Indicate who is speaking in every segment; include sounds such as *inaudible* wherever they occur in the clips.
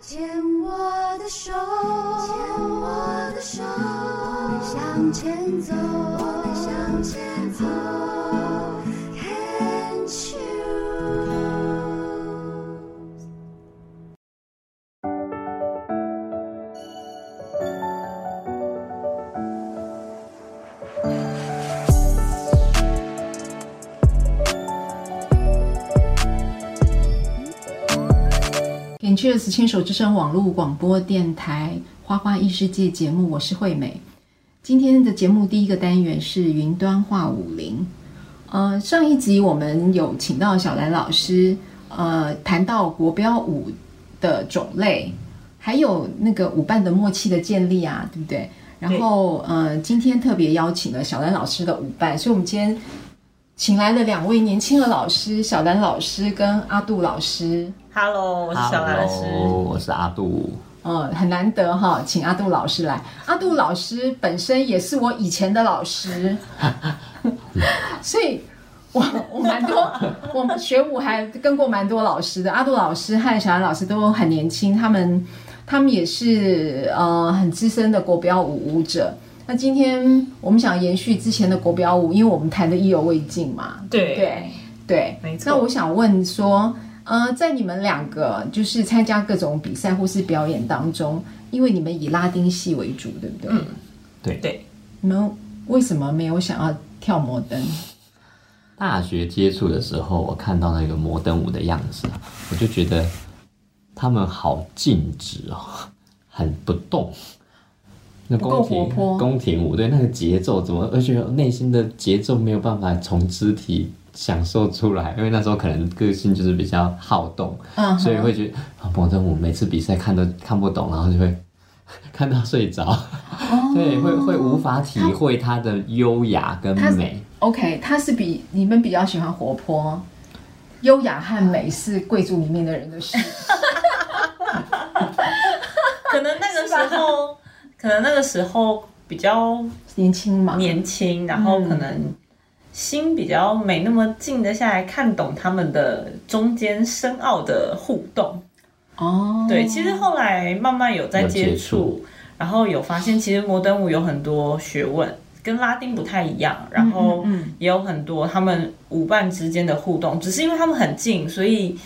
Speaker 1: 牵我的手，牵我的手，我们向前走，我们向前走。Can't you？
Speaker 2: c a n c h e r s 牵手之声网络广播电台《花花异世界》节目，我是惠美。今天的节目第一个单元是云端化舞林。呃，上一集我们有请到小兰老师，呃，谈到国标舞的种类，还有那个舞伴的默契的建立啊，对不对？然后，呃，今天特别邀请了小兰老师的舞伴，所以我们今天请来了两位年轻的老师，小兰老师跟阿杜老师。
Speaker 3: Hello，我是小兰老师。
Speaker 4: Hello，我是阿杜。
Speaker 2: 嗯，很难得哈，请阿杜老师来。阿杜老师本身也是我以前的老师，所以我我蛮多，我们学舞还跟过蛮多老师的。阿杜老师和小安老师都很年轻，他们他们也是呃很资深的国标舞舞者。那今天我们想延续之前的国标舞，因为我们谈的意犹未尽嘛，
Speaker 3: 对
Speaker 2: 对对，
Speaker 3: 没错
Speaker 2: 那我想问说，呃，在你们两个就是参加各种比赛或是表演当中，因为你们以拉丁系为主，对不对？
Speaker 3: 嗯
Speaker 4: 对，
Speaker 3: 对，
Speaker 2: 你们为什么没有想要跳摩登？
Speaker 4: 大学接触的时候，我看到那个摩登舞的样子，我就觉得他们好静止哦， *laughs* 很不动。那
Speaker 2: 不够
Speaker 4: 宫
Speaker 2: 活泼
Speaker 4: 廷宫廷舞对那个节奏怎么，而且内心的节奏没有办法从肢体享受出来，因为那时候可能个性就是比较好动，
Speaker 2: 嗯哼
Speaker 4: 所以会觉得啊摩登舞每次比赛看都看不懂，然后就会 *laughs* 看到睡着，对，会会无法体会它的优雅跟
Speaker 2: 它
Speaker 4: 美。
Speaker 2: OK，他是比你们比较喜欢活泼、优雅和美是贵族里面的人的
Speaker 3: *laughs*
Speaker 2: 事。
Speaker 3: 可能那个
Speaker 2: *laughs*
Speaker 3: 时候，可能那个时候比较
Speaker 2: 年轻嘛，
Speaker 3: 年轻，然
Speaker 2: 嗯
Speaker 3: 后可能心比较没那么静得下来，看懂他们的中间深奥的互动。
Speaker 2: 哦，
Speaker 3: 对，其实后来慢慢有在
Speaker 4: 有接
Speaker 3: 接触，然后有发现，其实摩登舞有很多学问，跟拉丁不太一样，然后
Speaker 2: 嗯嗯
Speaker 3: 也有很多他们舞伴之间的互动，只是因为他们很近，所以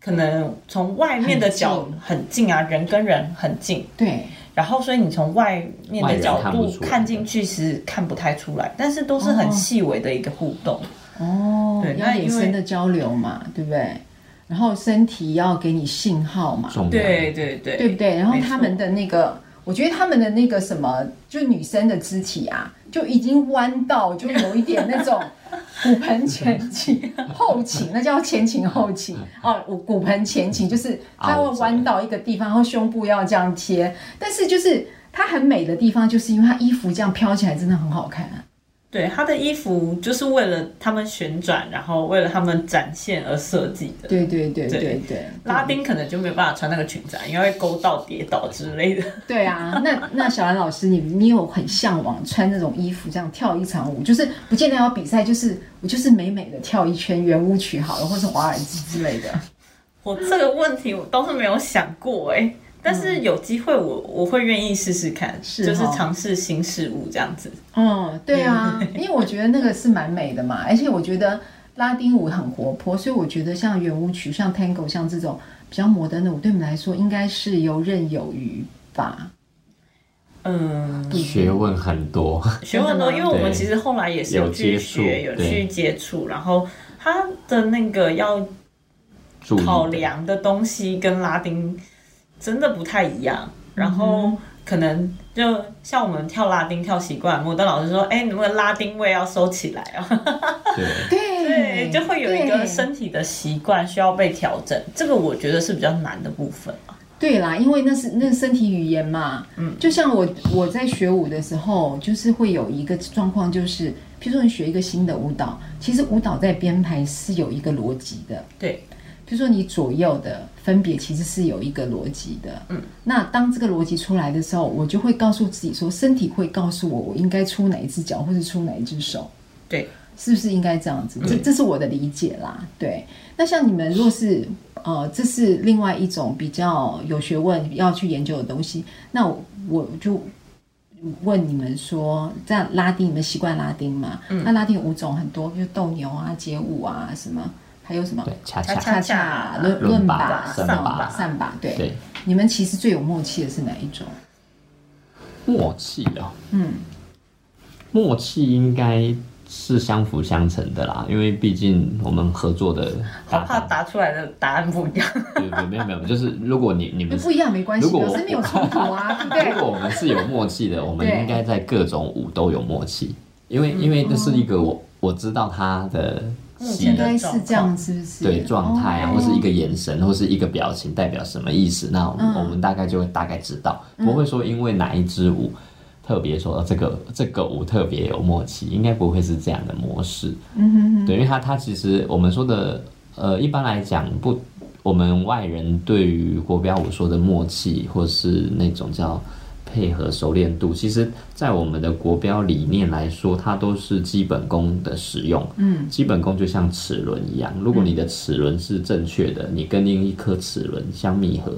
Speaker 3: 可能从外面的角
Speaker 2: 很近
Speaker 3: 很近啊，人跟人很近，
Speaker 2: 对，
Speaker 3: 然后所以你从外面
Speaker 4: 外
Speaker 3: 的
Speaker 4: 人
Speaker 3: 角
Speaker 4: 看不
Speaker 3: 度
Speaker 4: 出来
Speaker 3: 看进去，其实看不太出来，但是都是
Speaker 2: 哦
Speaker 3: 很细微的一个互动。
Speaker 2: 哦，
Speaker 3: 对
Speaker 2: 要
Speaker 3: 那
Speaker 2: 眼
Speaker 3: 因为
Speaker 2: 神的交流嘛，对不对？然后身体要给你信号嘛，
Speaker 4: 重要
Speaker 3: 对对对，
Speaker 2: 对不对？然后
Speaker 3: 没错
Speaker 2: 他们的那个，我觉得他们的那个什么，就女生的肢体啊，就已经弯到就有一点那种骨盆前
Speaker 3: *laughs*
Speaker 2: 倾、后倾，那叫前倾后倾
Speaker 3: 嗯
Speaker 2: 哦，骨骨盆前倾就是
Speaker 3: 啊
Speaker 2: 它会弯到一个地方，然后胸部要这样贴，但是就是它很美的地方，就是因为它衣服这样飘起来真的很好看、啊。
Speaker 3: 对，他的衣服就是为了他们旋转，然后为了他们展现而设计的。
Speaker 2: 对对对
Speaker 3: 对
Speaker 2: 对对，
Speaker 3: 拉丁可能就没有办法穿那个裙子、啊，因为会勾到、跌倒之类的。
Speaker 2: 对啊，那那小兰老师，你你有很向往穿那种衣服这样跳一场舞，就是不见得要比赛，就是我就是美美的跳一圈圆舞曲好了，或是华尔兹之类的。
Speaker 3: *laughs* 我这个问题我倒是没有想过哎、但是有机会我我会愿意试试看，
Speaker 2: 是
Speaker 3: 就是
Speaker 2: 哦
Speaker 3: 尝试新事物这样子。
Speaker 2: 嗯，对啊， *laughs* 因为我觉得那个是蛮美的嘛，而且我觉得拉丁舞很活泼，所以我觉得像圆舞曲、像 tango、像这种比较摩登的舞，对我们来说应该是游刃有余吧。
Speaker 3: 嗯，
Speaker 4: 学问很多，
Speaker 3: 学问哦多，因为我们
Speaker 4: 对
Speaker 3: 其实后来也是有
Speaker 4: 有
Speaker 3: 去
Speaker 4: 接触
Speaker 3: 学，有
Speaker 4: 对
Speaker 3: 去接触，然后他的那个要
Speaker 4: 注意
Speaker 3: 考
Speaker 4: 的
Speaker 3: 量的东西跟拉丁真的不太一样，然后可能就像我们跳拉丁跳习惯，摩登老师说：“哎、你们的拉丁位要收起来哦。
Speaker 4: 对，
Speaker 2: 对
Speaker 3: 对，就会有一个
Speaker 2: 嗯对
Speaker 3: 身体的习惯需要被调整，这个我觉得是比较难的部分啊。
Speaker 2: 对啦，因为那是那是身体语言嘛，嗯，就像我我在学舞的时候，就是会有一个状况，就是譬如说你学一个新的舞蹈，其实舞蹈在编排是有一个逻辑的，
Speaker 3: 对，
Speaker 2: 譬如说你左右的分别其实是有一个逻辑的，嗯，那当这个逻辑出来的时候，我就会告诉自己说，身体会告诉我我应该出哪一只脚，或是出哪一只手，
Speaker 3: 对，
Speaker 2: 是不是应该这样子？这这是我的理解啦。对，那像你们若是呃，这是另外一种比较有学问要去研究的东西。那我我就问你们说，在拉丁，你们习惯拉丁吗？
Speaker 4: 嗯
Speaker 2: 那拉丁有舞种很多，就是斗牛啊、街舞啊，什么，还有什么
Speaker 4: 对，恰
Speaker 3: 恰
Speaker 2: 恰
Speaker 4: 恰
Speaker 2: 恰、论
Speaker 4: 伦
Speaker 2: 论
Speaker 4: 巴
Speaker 2: 把、
Speaker 4: 散
Speaker 2: 把、
Speaker 4: 把
Speaker 2: 散把，对。
Speaker 4: 对
Speaker 2: 你们其实最有默契的是哪一种？
Speaker 4: 默契哦，
Speaker 2: 嗯，
Speaker 4: 默契应该是相辅相成的啦，因为毕竟我们合作的
Speaker 3: 好
Speaker 4: 搭
Speaker 3: 怕
Speaker 4: 档，
Speaker 3: 答出来的答案不一样。
Speaker 4: 对对，没有没有，就是如果你你们
Speaker 2: 不一样没关系，
Speaker 4: 如果
Speaker 2: 表
Speaker 4: 我
Speaker 2: 示没有冲突啊，对不对？
Speaker 4: *laughs* 如果我们是有默契的，我们
Speaker 2: 对嗯
Speaker 4: 应该在各种舞都有默契，因为因为这是一个我我知道他的
Speaker 3: 目
Speaker 4: 戏
Speaker 2: 应
Speaker 3: 前的
Speaker 2: 该是这样，是不是？
Speaker 4: 对状态啊，
Speaker 2: 哦
Speaker 4: 或是一个眼神，或是一个表情代表什么意思，那我们,、
Speaker 2: 嗯
Speaker 4: 我们大概就会大概知道，不会说因为哪一支舞。特别说呃这个这个舞特别有默契，应该不会是这样的模式，
Speaker 2: 嗯哼哼，
Speaker 4: 对，因为它它其实我们说的呃，一般来讲不，我们外人对于国标舞说的默契，或是那种叫配合熟练度，其实在我们的国标理念来说，它都是基本功的使用。
Speaker 2: 嗯
Speaker 4: 基本功就像齿轮一样，如果你的齿轮是正确的，你跟另一颗齿轮相密合，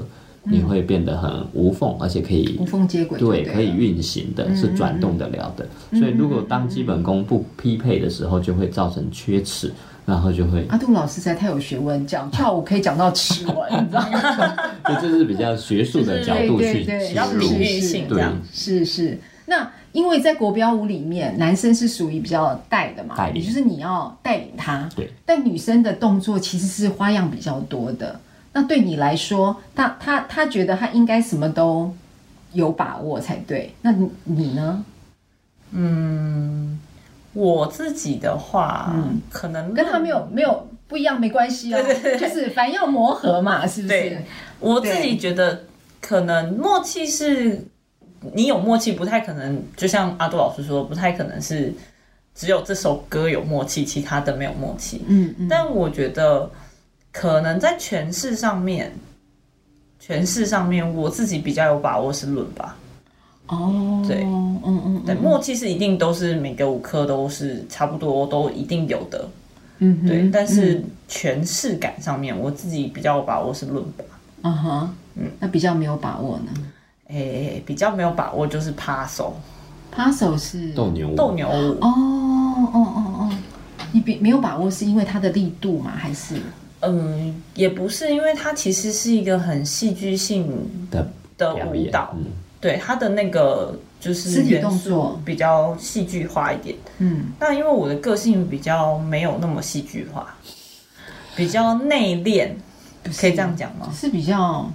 Speaker 4: 你会变得很无缝，而且可以
Speaker 2: 嗯无缝接轨就
Speaker 4: 对，
Speaker 2: 了嗯
Speaker 4: 可以运行的，是转动得了的。所以如果当基本功不匹配的时候，就会造成缺齿，然后就会，
Speaker 2: 阿杜老师实在太有学问，讲跳舞可以讲到齿轮，你知道吗？
Speaker 4: 这这是比较学术的角度
Speaker 2: 对对
Speaker 4: 去
Speaker 2: 对
Speaker 4: 切
Speaker 3: 比较
Speaker 4: 入
Speaker 3: 比喻性这
Speaker 4: 对
Speaker 3: 样。
Speaker 2: 是是。那因为在国标舞里面，男生是属于比较带的嘛，
Speaker 4: 带领
Speaker 2: 也就是你要带领他。
Speaker 4: 对。
Speaker 2: 但女生的动作其实是花样比较多的。那对你来说，他他他觉得他应该什么都有把握才对。那你你呢？
Speaker 3: 我自己的话，
Speaker 2: 嗯
Speaker 3: 可能
Speaker 2: 跟他没有没有不一样没关系啊，就是凡要磨合嘛，是不是
Speaker 3: 对？我自
Speaker 2: 对
Speaker 3: 己觉得，可能默契是，你有默契，不太可能。就像阿杜老师说，不太可能是只有这首歌有默契，其他的没有默契。
Speaker 2: 嗯嗯
Speaker 3: 但我觉得，可能在诠释上面，诠释上面，我自己比较有把握是论吧。
Speaker 2: 哦，
Speaker 3: 对
Speaker 2: 嗯嗯
Speaker 3: 对，
Speaker 2: 嗯，
Speaker 3: 默契是一定都是每个五科都是差不多，都一定有的。
Speaker 2: 嗯哼
Speaker 3: 对，但
Speaker 2: 嗯
Speaker 3: 是诠释感上面，我自己比较有把握是论吧。
Speaker 2: 啊哈，那比较没有把握呢。
Speaker 3: 诶，比较没有把握就是趴手。
Speaker 2: 扒手是
Speaker 4: 斗
Speaker 2: 哦
Speaker 4: 牛舞
Speaker 3: 斗牛舞，
Speaker 2: 哦哦哦，你比没有把握是因为它的力度吗？还是
Speaker 3: 嗯，也不是，因为它其实是一个很戏剧性
Speaker 4: 的
Speaker 3: 的
Speaker 4: 表
Speaker 3: 舞
Speaker 4: 演，
Speaker 3: 蹈，
Speaker 4: 嗯，
Speaker 3: 对它的那个就是
Speaker 2: 肢体
Speaker 3: 元
Speaker 2: 动
Speaker 3: 素
Speaker 2: 作
Speaker 3: 比较戏剧化一点。
Speaker 2: 嗯
Speaker 3: 那因为我的个性比较没有那么戏剧化，比较内敛，可以这样讲吗？
Speaker 2: 是比
Speaker 4: *laughs*
Speaker 2: 较？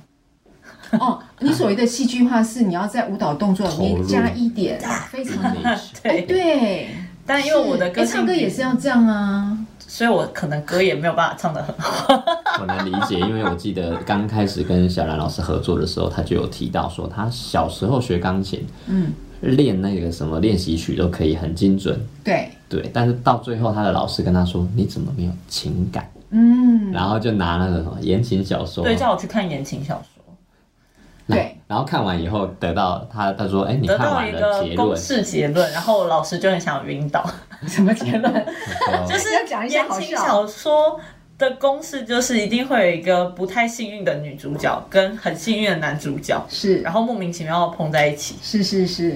Speaker 2: 哦，你所谓的戏剧化是你要在舞蹈动作里
Speaker 4: 投
Speaker 2: 面
Speaker 4: 入
Speaker 2: 加一点，非
Speaker 4: *laughs*
Speaker 2: 常哎
Speaker 3: 对，
Speaker 2: 对。
Speaker 3: 但因为我的
Speaker 2: 是
Speaker 3: 个
Speaker 2: 哎
Speaker 3: 性
Speaker 2: 唱歌
Speaker 3: 比
Speaker 2: 也是要这样啊，
Speaker 3: 所以我可能歌也没有办法唱得很好。
Speaker 4: 我能理解，因为我记得刚开始跟小兰老师合作的时候，他就有提到说，他小时候学钢琴，
Speaker 2: 嗯，
Speaker 4: 练那个什么练习曲都可以很精准，
Speaker 2: 对，
Speaker 4: 对，但是到最后，他的老师跟他说：“你怎么没有情感？”
Speaker 2: 嗯，
Speaker 4: 然后就拿那个什么言情小说，
Speaker 3: 对，叫我去看言情小说，
Speaker 4: 那
Speaker 2: 对，
Speaker 4: 然后看完以后得到他他说：“哎，你
Speaker 3: 得
Speaker 4: 看
Speaker 3: 到
Speaker 4: 完
Speaker 3: 一
Speaker 4: 了
Speaker 3: 个
Speaker 4: 结
Speaker 3: 公
Speaker 4: 论，
Speaker 3: 式结论，然后我老师就很想晕倒。
Speaker 2: 什么结
Speaker 4: *laughs*
Speaker 2: 论？
Speaker 3: 就
Speaker 2: 哎要
Speaker 3: 是
Speaker 2: 讲一下
Speaker 3: 言
Speaker 2: 好
Speaker 3: 情
Speaker 2: 笑
Speaker 3: 小说的公式就是一定会有一个不太幸运的女主角跟很幸运的男主角，
Speaker 2: 是
Speaker 3: 然后莫名其妙碰在一起，
Speaker 2: 是是是，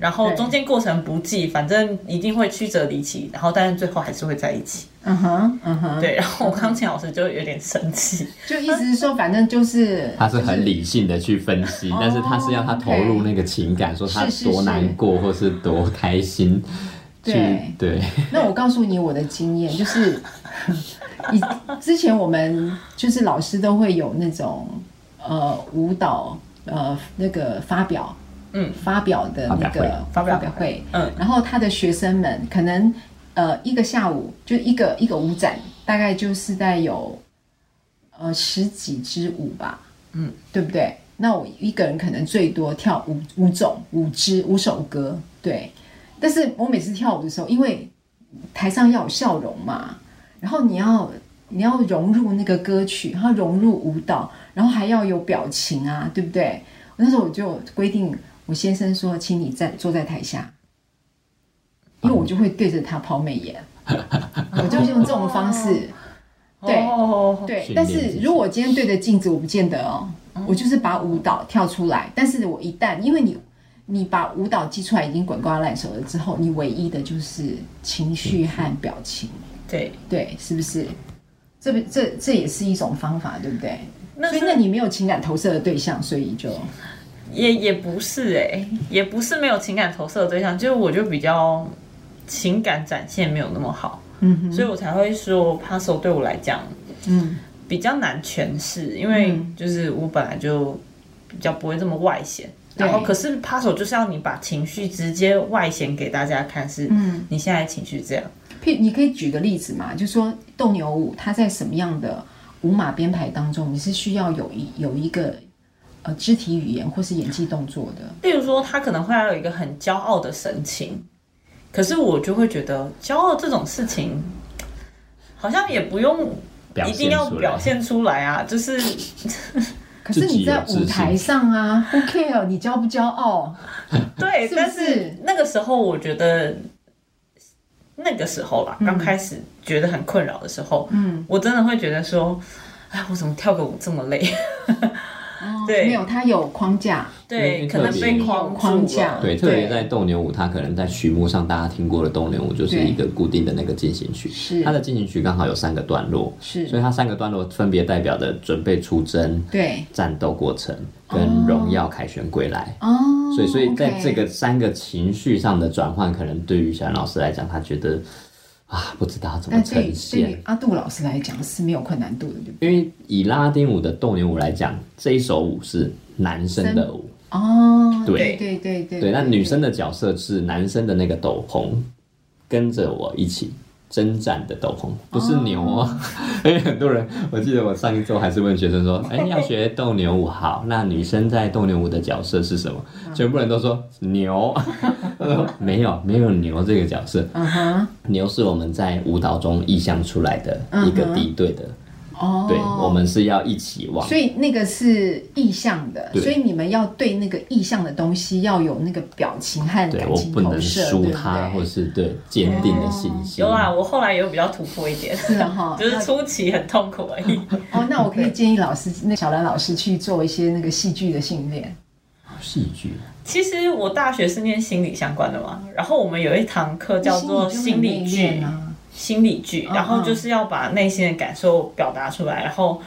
Speaker 3: 然后
Speaker 2: 对
Speaker 3: 中间过程不计，反正一定会曲折离奇，然后但是最后还是会在一起。
Speaker 2: 嗯哼嗯哼，，
Speaker 3: 对，然后我钢琴老师就有点生气，
Speaker 2: 就意思是说，反正就是
Speaker 4: 他是很理性的去分
Speaker 3: *laughs*
Speaker 4: 析，但是他是要他投入那个情感，说
Speaker 3: 哦
Speaker 4: 他
Speaker 2: 是是
Speaker 4: 多难过或是多开心，去
Speaker 2: 对
Speaker 4: 对，
Speaker 2: 那我告诉你我的经验，就是以 *laughs* 之前我们就是老师都会有那种呃舞蹈呃那个发表，
Speaker 3: 嗯，
Speaker 2: 发表的那个
Speaker 3: 发表会发表会
Speaker 2: 会，
Speaker 3: 嗯，
Speaker 2: 然后他的学生们可能呃一个下午就一个一个舞展，大概就是在有呃十几支舞吧，
Speaker 3: 嗯，
Speaker 2: 对不对？那我一个人可能最多跳五五种五支五首歌，对。但是我每次跳舞的时候，因为台上要有笑容嘛，然后你要你要融入那个歌曲，然后融入舞蹈，然后还要有表情啊，对不对？那时候我就规定我先生说，请你在坐在台下，因为我就会对着他抛媚眼，我就用这种方式。对
Speaker 3: 哦，
Speaker 2: 对
Speaker 4: 训，
Speaker 2: 但
Speaker 4: 练
Speaker 2: 是
Speaker 4: 自己
Speaker 2: 如果我今天对着镜子，我不见得哦，我就是把舞蹈跳出来。但是我一旦因为你你把舞蹈记出来已经滚瓜烂熟了之后，你唯一的就是情绪和表情，
Speaker 3: 对，
Speaker 2: 对，是不是？这不这这也是一种方法，对不对？
Speaker 3: 那
Speaker 2: 所以
Speaker 3: 是
Speaker 2: 那你没有情感投射的对象，所以就
Speaker 3: 也也不是哎、也不是没有情感投射的对象，就是我就比较情感展现没有那么好，
Speaker 2: 嗯哼
Speaker 3: 所以我才会说 puzzle 对我来讲
Speaker 2: 嗯
Speaker 3: 比较难诠释，因为就是我本来就比较不会这么外显。
Speaker 2: 对
Speaker 3: 然后，可是 puzzle 就是要你把情绪直接外显给大家看，是
Speaker 2: 嗯，
Speaker 3: 你现在情绪这样。
Speaker 2: 譬你可以举个例子嘛，就说呃斗牛舞它在什么样的舞马编排当中，你是需要有一有一个呃肢体语言或是演技动作的。
Speaker 3: 例如说，他可能会要有一个很骄傲的神情，可是我就会觉得骄傲这种事情，好像也不用
Speaker 4: 表
Speaker 3: 一
Speaker 4: 现
Speaker 3: 定要
Speaker 4: 出来
Speaker 3: 表现出来啊，
Speaker 4: *laughs*
Speaker 3: 就是
Speaker 2: 可是你在
Speaker 4: 自己有
Speaker 2: 舞
Speaker 4: 自信
Speaker 2: 台上啊，Who care？你骄不骄傲？
Speaker 3: 对。
Speaker 2: 是不是
Speaker 3: 但是那个时候，我觉得那个时候啦，刚开始觉得很困扰的时候，
Speaker 2: 嗯，
Speaker 3: 我真的会觉得说，哎，我怎么跳个舞这么累？ *laughs* 对
Speaker 2: 哦没有，它有框架。
Speaker 4: 因
Speaker 3: 对，
Speaker 4: 为
Speaker 3: 可能
Speaker 4: 特别
Speaker 3: 被
Speaker 4: 有
Speaker 3: 框住
Speaker 2: 框架
Speaker 3: 了
Speaker 4: 对，特
Speaker 2: 对
Speaker 4: 别在斗牛舞，它可能在曲目上大家听过的斗牛舞就是一个固定的那个进行曲，
Speaker 2: 是
Speaker 4: 它的进行曲刚好有三个段落，
Speaker 2: 是
Speaker 4: 所以它三个段落分别代表着准备出征、
Speaker 2: 对
Speaker 4: 战斗过程跟
Speaker 3: 哦
Speaker 4: 荣耀凯旋归来。
Speaker 2: 哦，
Speaker 4: 所以，所以在
Speaker 2: OK
Speaker 4: 这个三个情绪上的转换，可能对于小安老师来讲，他觉得啊，不知道怎么
Speaker 2: 但对
Speaker 4: 呈
Speaker 2: 于对
Speaker 4: 现
Speaker 2: 于。阿杜老师来讲是没有困难度的，对不对？
Speaker 4: 因为以拉丁舞的斗牛舞来讲，这一首舞是男生的舞，
Speaker 2: 哦，
Speaker 4: 对
Speaker 2: 对对对
Speaker 4: 对，那女生
Speaker 2: 的
Speaker 4: 的角色是男生的那个斗篷，跟着我一起征战的斗篷，不是牛哦。 *laughs* 因为很多人，我记得我上一周还是问学生
Speaker 2: *laughs*
Speaker 4: 说，哎，要学斗牛舞好，那女生在斗牛舞的角色是什么？
Speaker 2: 嗯
Speaker 4: 全部人都说牛，
Speaker 2: *laughs*
Speaker 4: 他说没有，没有牛这个角色，
Speaker 2: 嗯哼
Speaker 4: 牛是我们在舞蹈中意象出来的一个敌对的，
Speaker 2: 嗯哦，
Speaker 4: 对，我们是要一起往
Speaker 2: 所以那个是意向的，
Speaker 4: 对
Speaker 2: 所以你们要对那个意向的东西要有那个表情和
Speaker 4: 对
Speaker 2: 感
Speaker 4: 我
Speaker 2: 情
Speaker 4: 不
Speaker 2: 投
Speaker 4: 能
Speaker 2: 射，
Speaker 4: 输
Speaker 2: 对不
Speaker 4: 他，或
Speaker 2: 对？啊
Speaker 4: 是对坚定的信心。
Speaker 3: 有啊啦，我后来有比较突破一点，，
Speaker 2: 是啊的哈
Speaker 3: *laughs* 就是初期很痛苦
Speaker 2: *laughs*
Speaker 3: 而已。
Speaker 2: 那哦，那我可以建议老师那小兰老师去做一些那个戏剧的训练，
Speaker 4: 戏剧，
Speaker 3: 其实我大学是念心理相关的嘛，然后我们有一堂课叫做心
Speaker 2: 就
Speaker 3: 理
Speaker 2: 很内
Speaker 3: 剧
Speaker 2: 敛，啊，
Speaker 3: 心理剧，
Speaker 2: 嗯
Speaker 3: 然后就是要把内心的感受表达出来，然后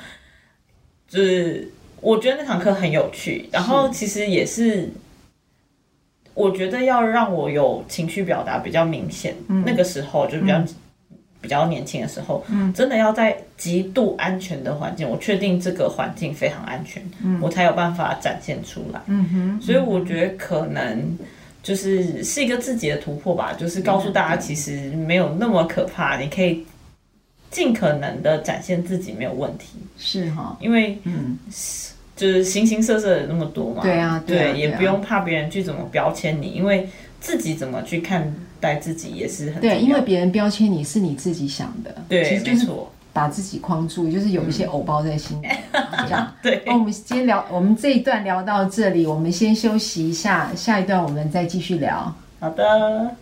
Speaker 3: 就是我觉得那堂课很有趣，然后其实也是我觉得要让我有情绪表达比较明显，那个时候就比较、比较年轻的时候，真的要在极度安全的环境，我确定这个环境非常安全，我才有办法展现出来。
Speaker 2: 嗯哼，
Speaker 3: 所以我觉得可能就是是一个自己的突破吧，
Speaker 2: 嗯
Speaker 3: 就是告诉大家其实没有那么可怕，你可以尽可能的展现自己没有问题，
Speaker 2: 是哈，
Speaker 3: 因为
Speaker 2: 嗯，
Speaker 3: 就是形形色色的那么多嘛，
Speaker 2: 对啊对啊对啊
Speaker 3: 也不用怕别人去怎么标签你，因为自己怎么去看待自己也是很重要
Speaker 2: 对，因为别人标签你是你自己想的，其
Speaker 3: 对，
Speaker 2: 实
Speaker 3: 没
Speaker 2: 就是
Speaker 3: 错，嗯
Speaker 2: 把自己框住，就是有一些偶包在
Speaker 3: *laughs*
Speaker 2: 心里，这样。哦
Speaker 3: 对
Speaker 2: 那、我们今天聊，我们这一段聊到这里，我们先休息一下，下一段我们再继续聊。
Speaker 3: 好的。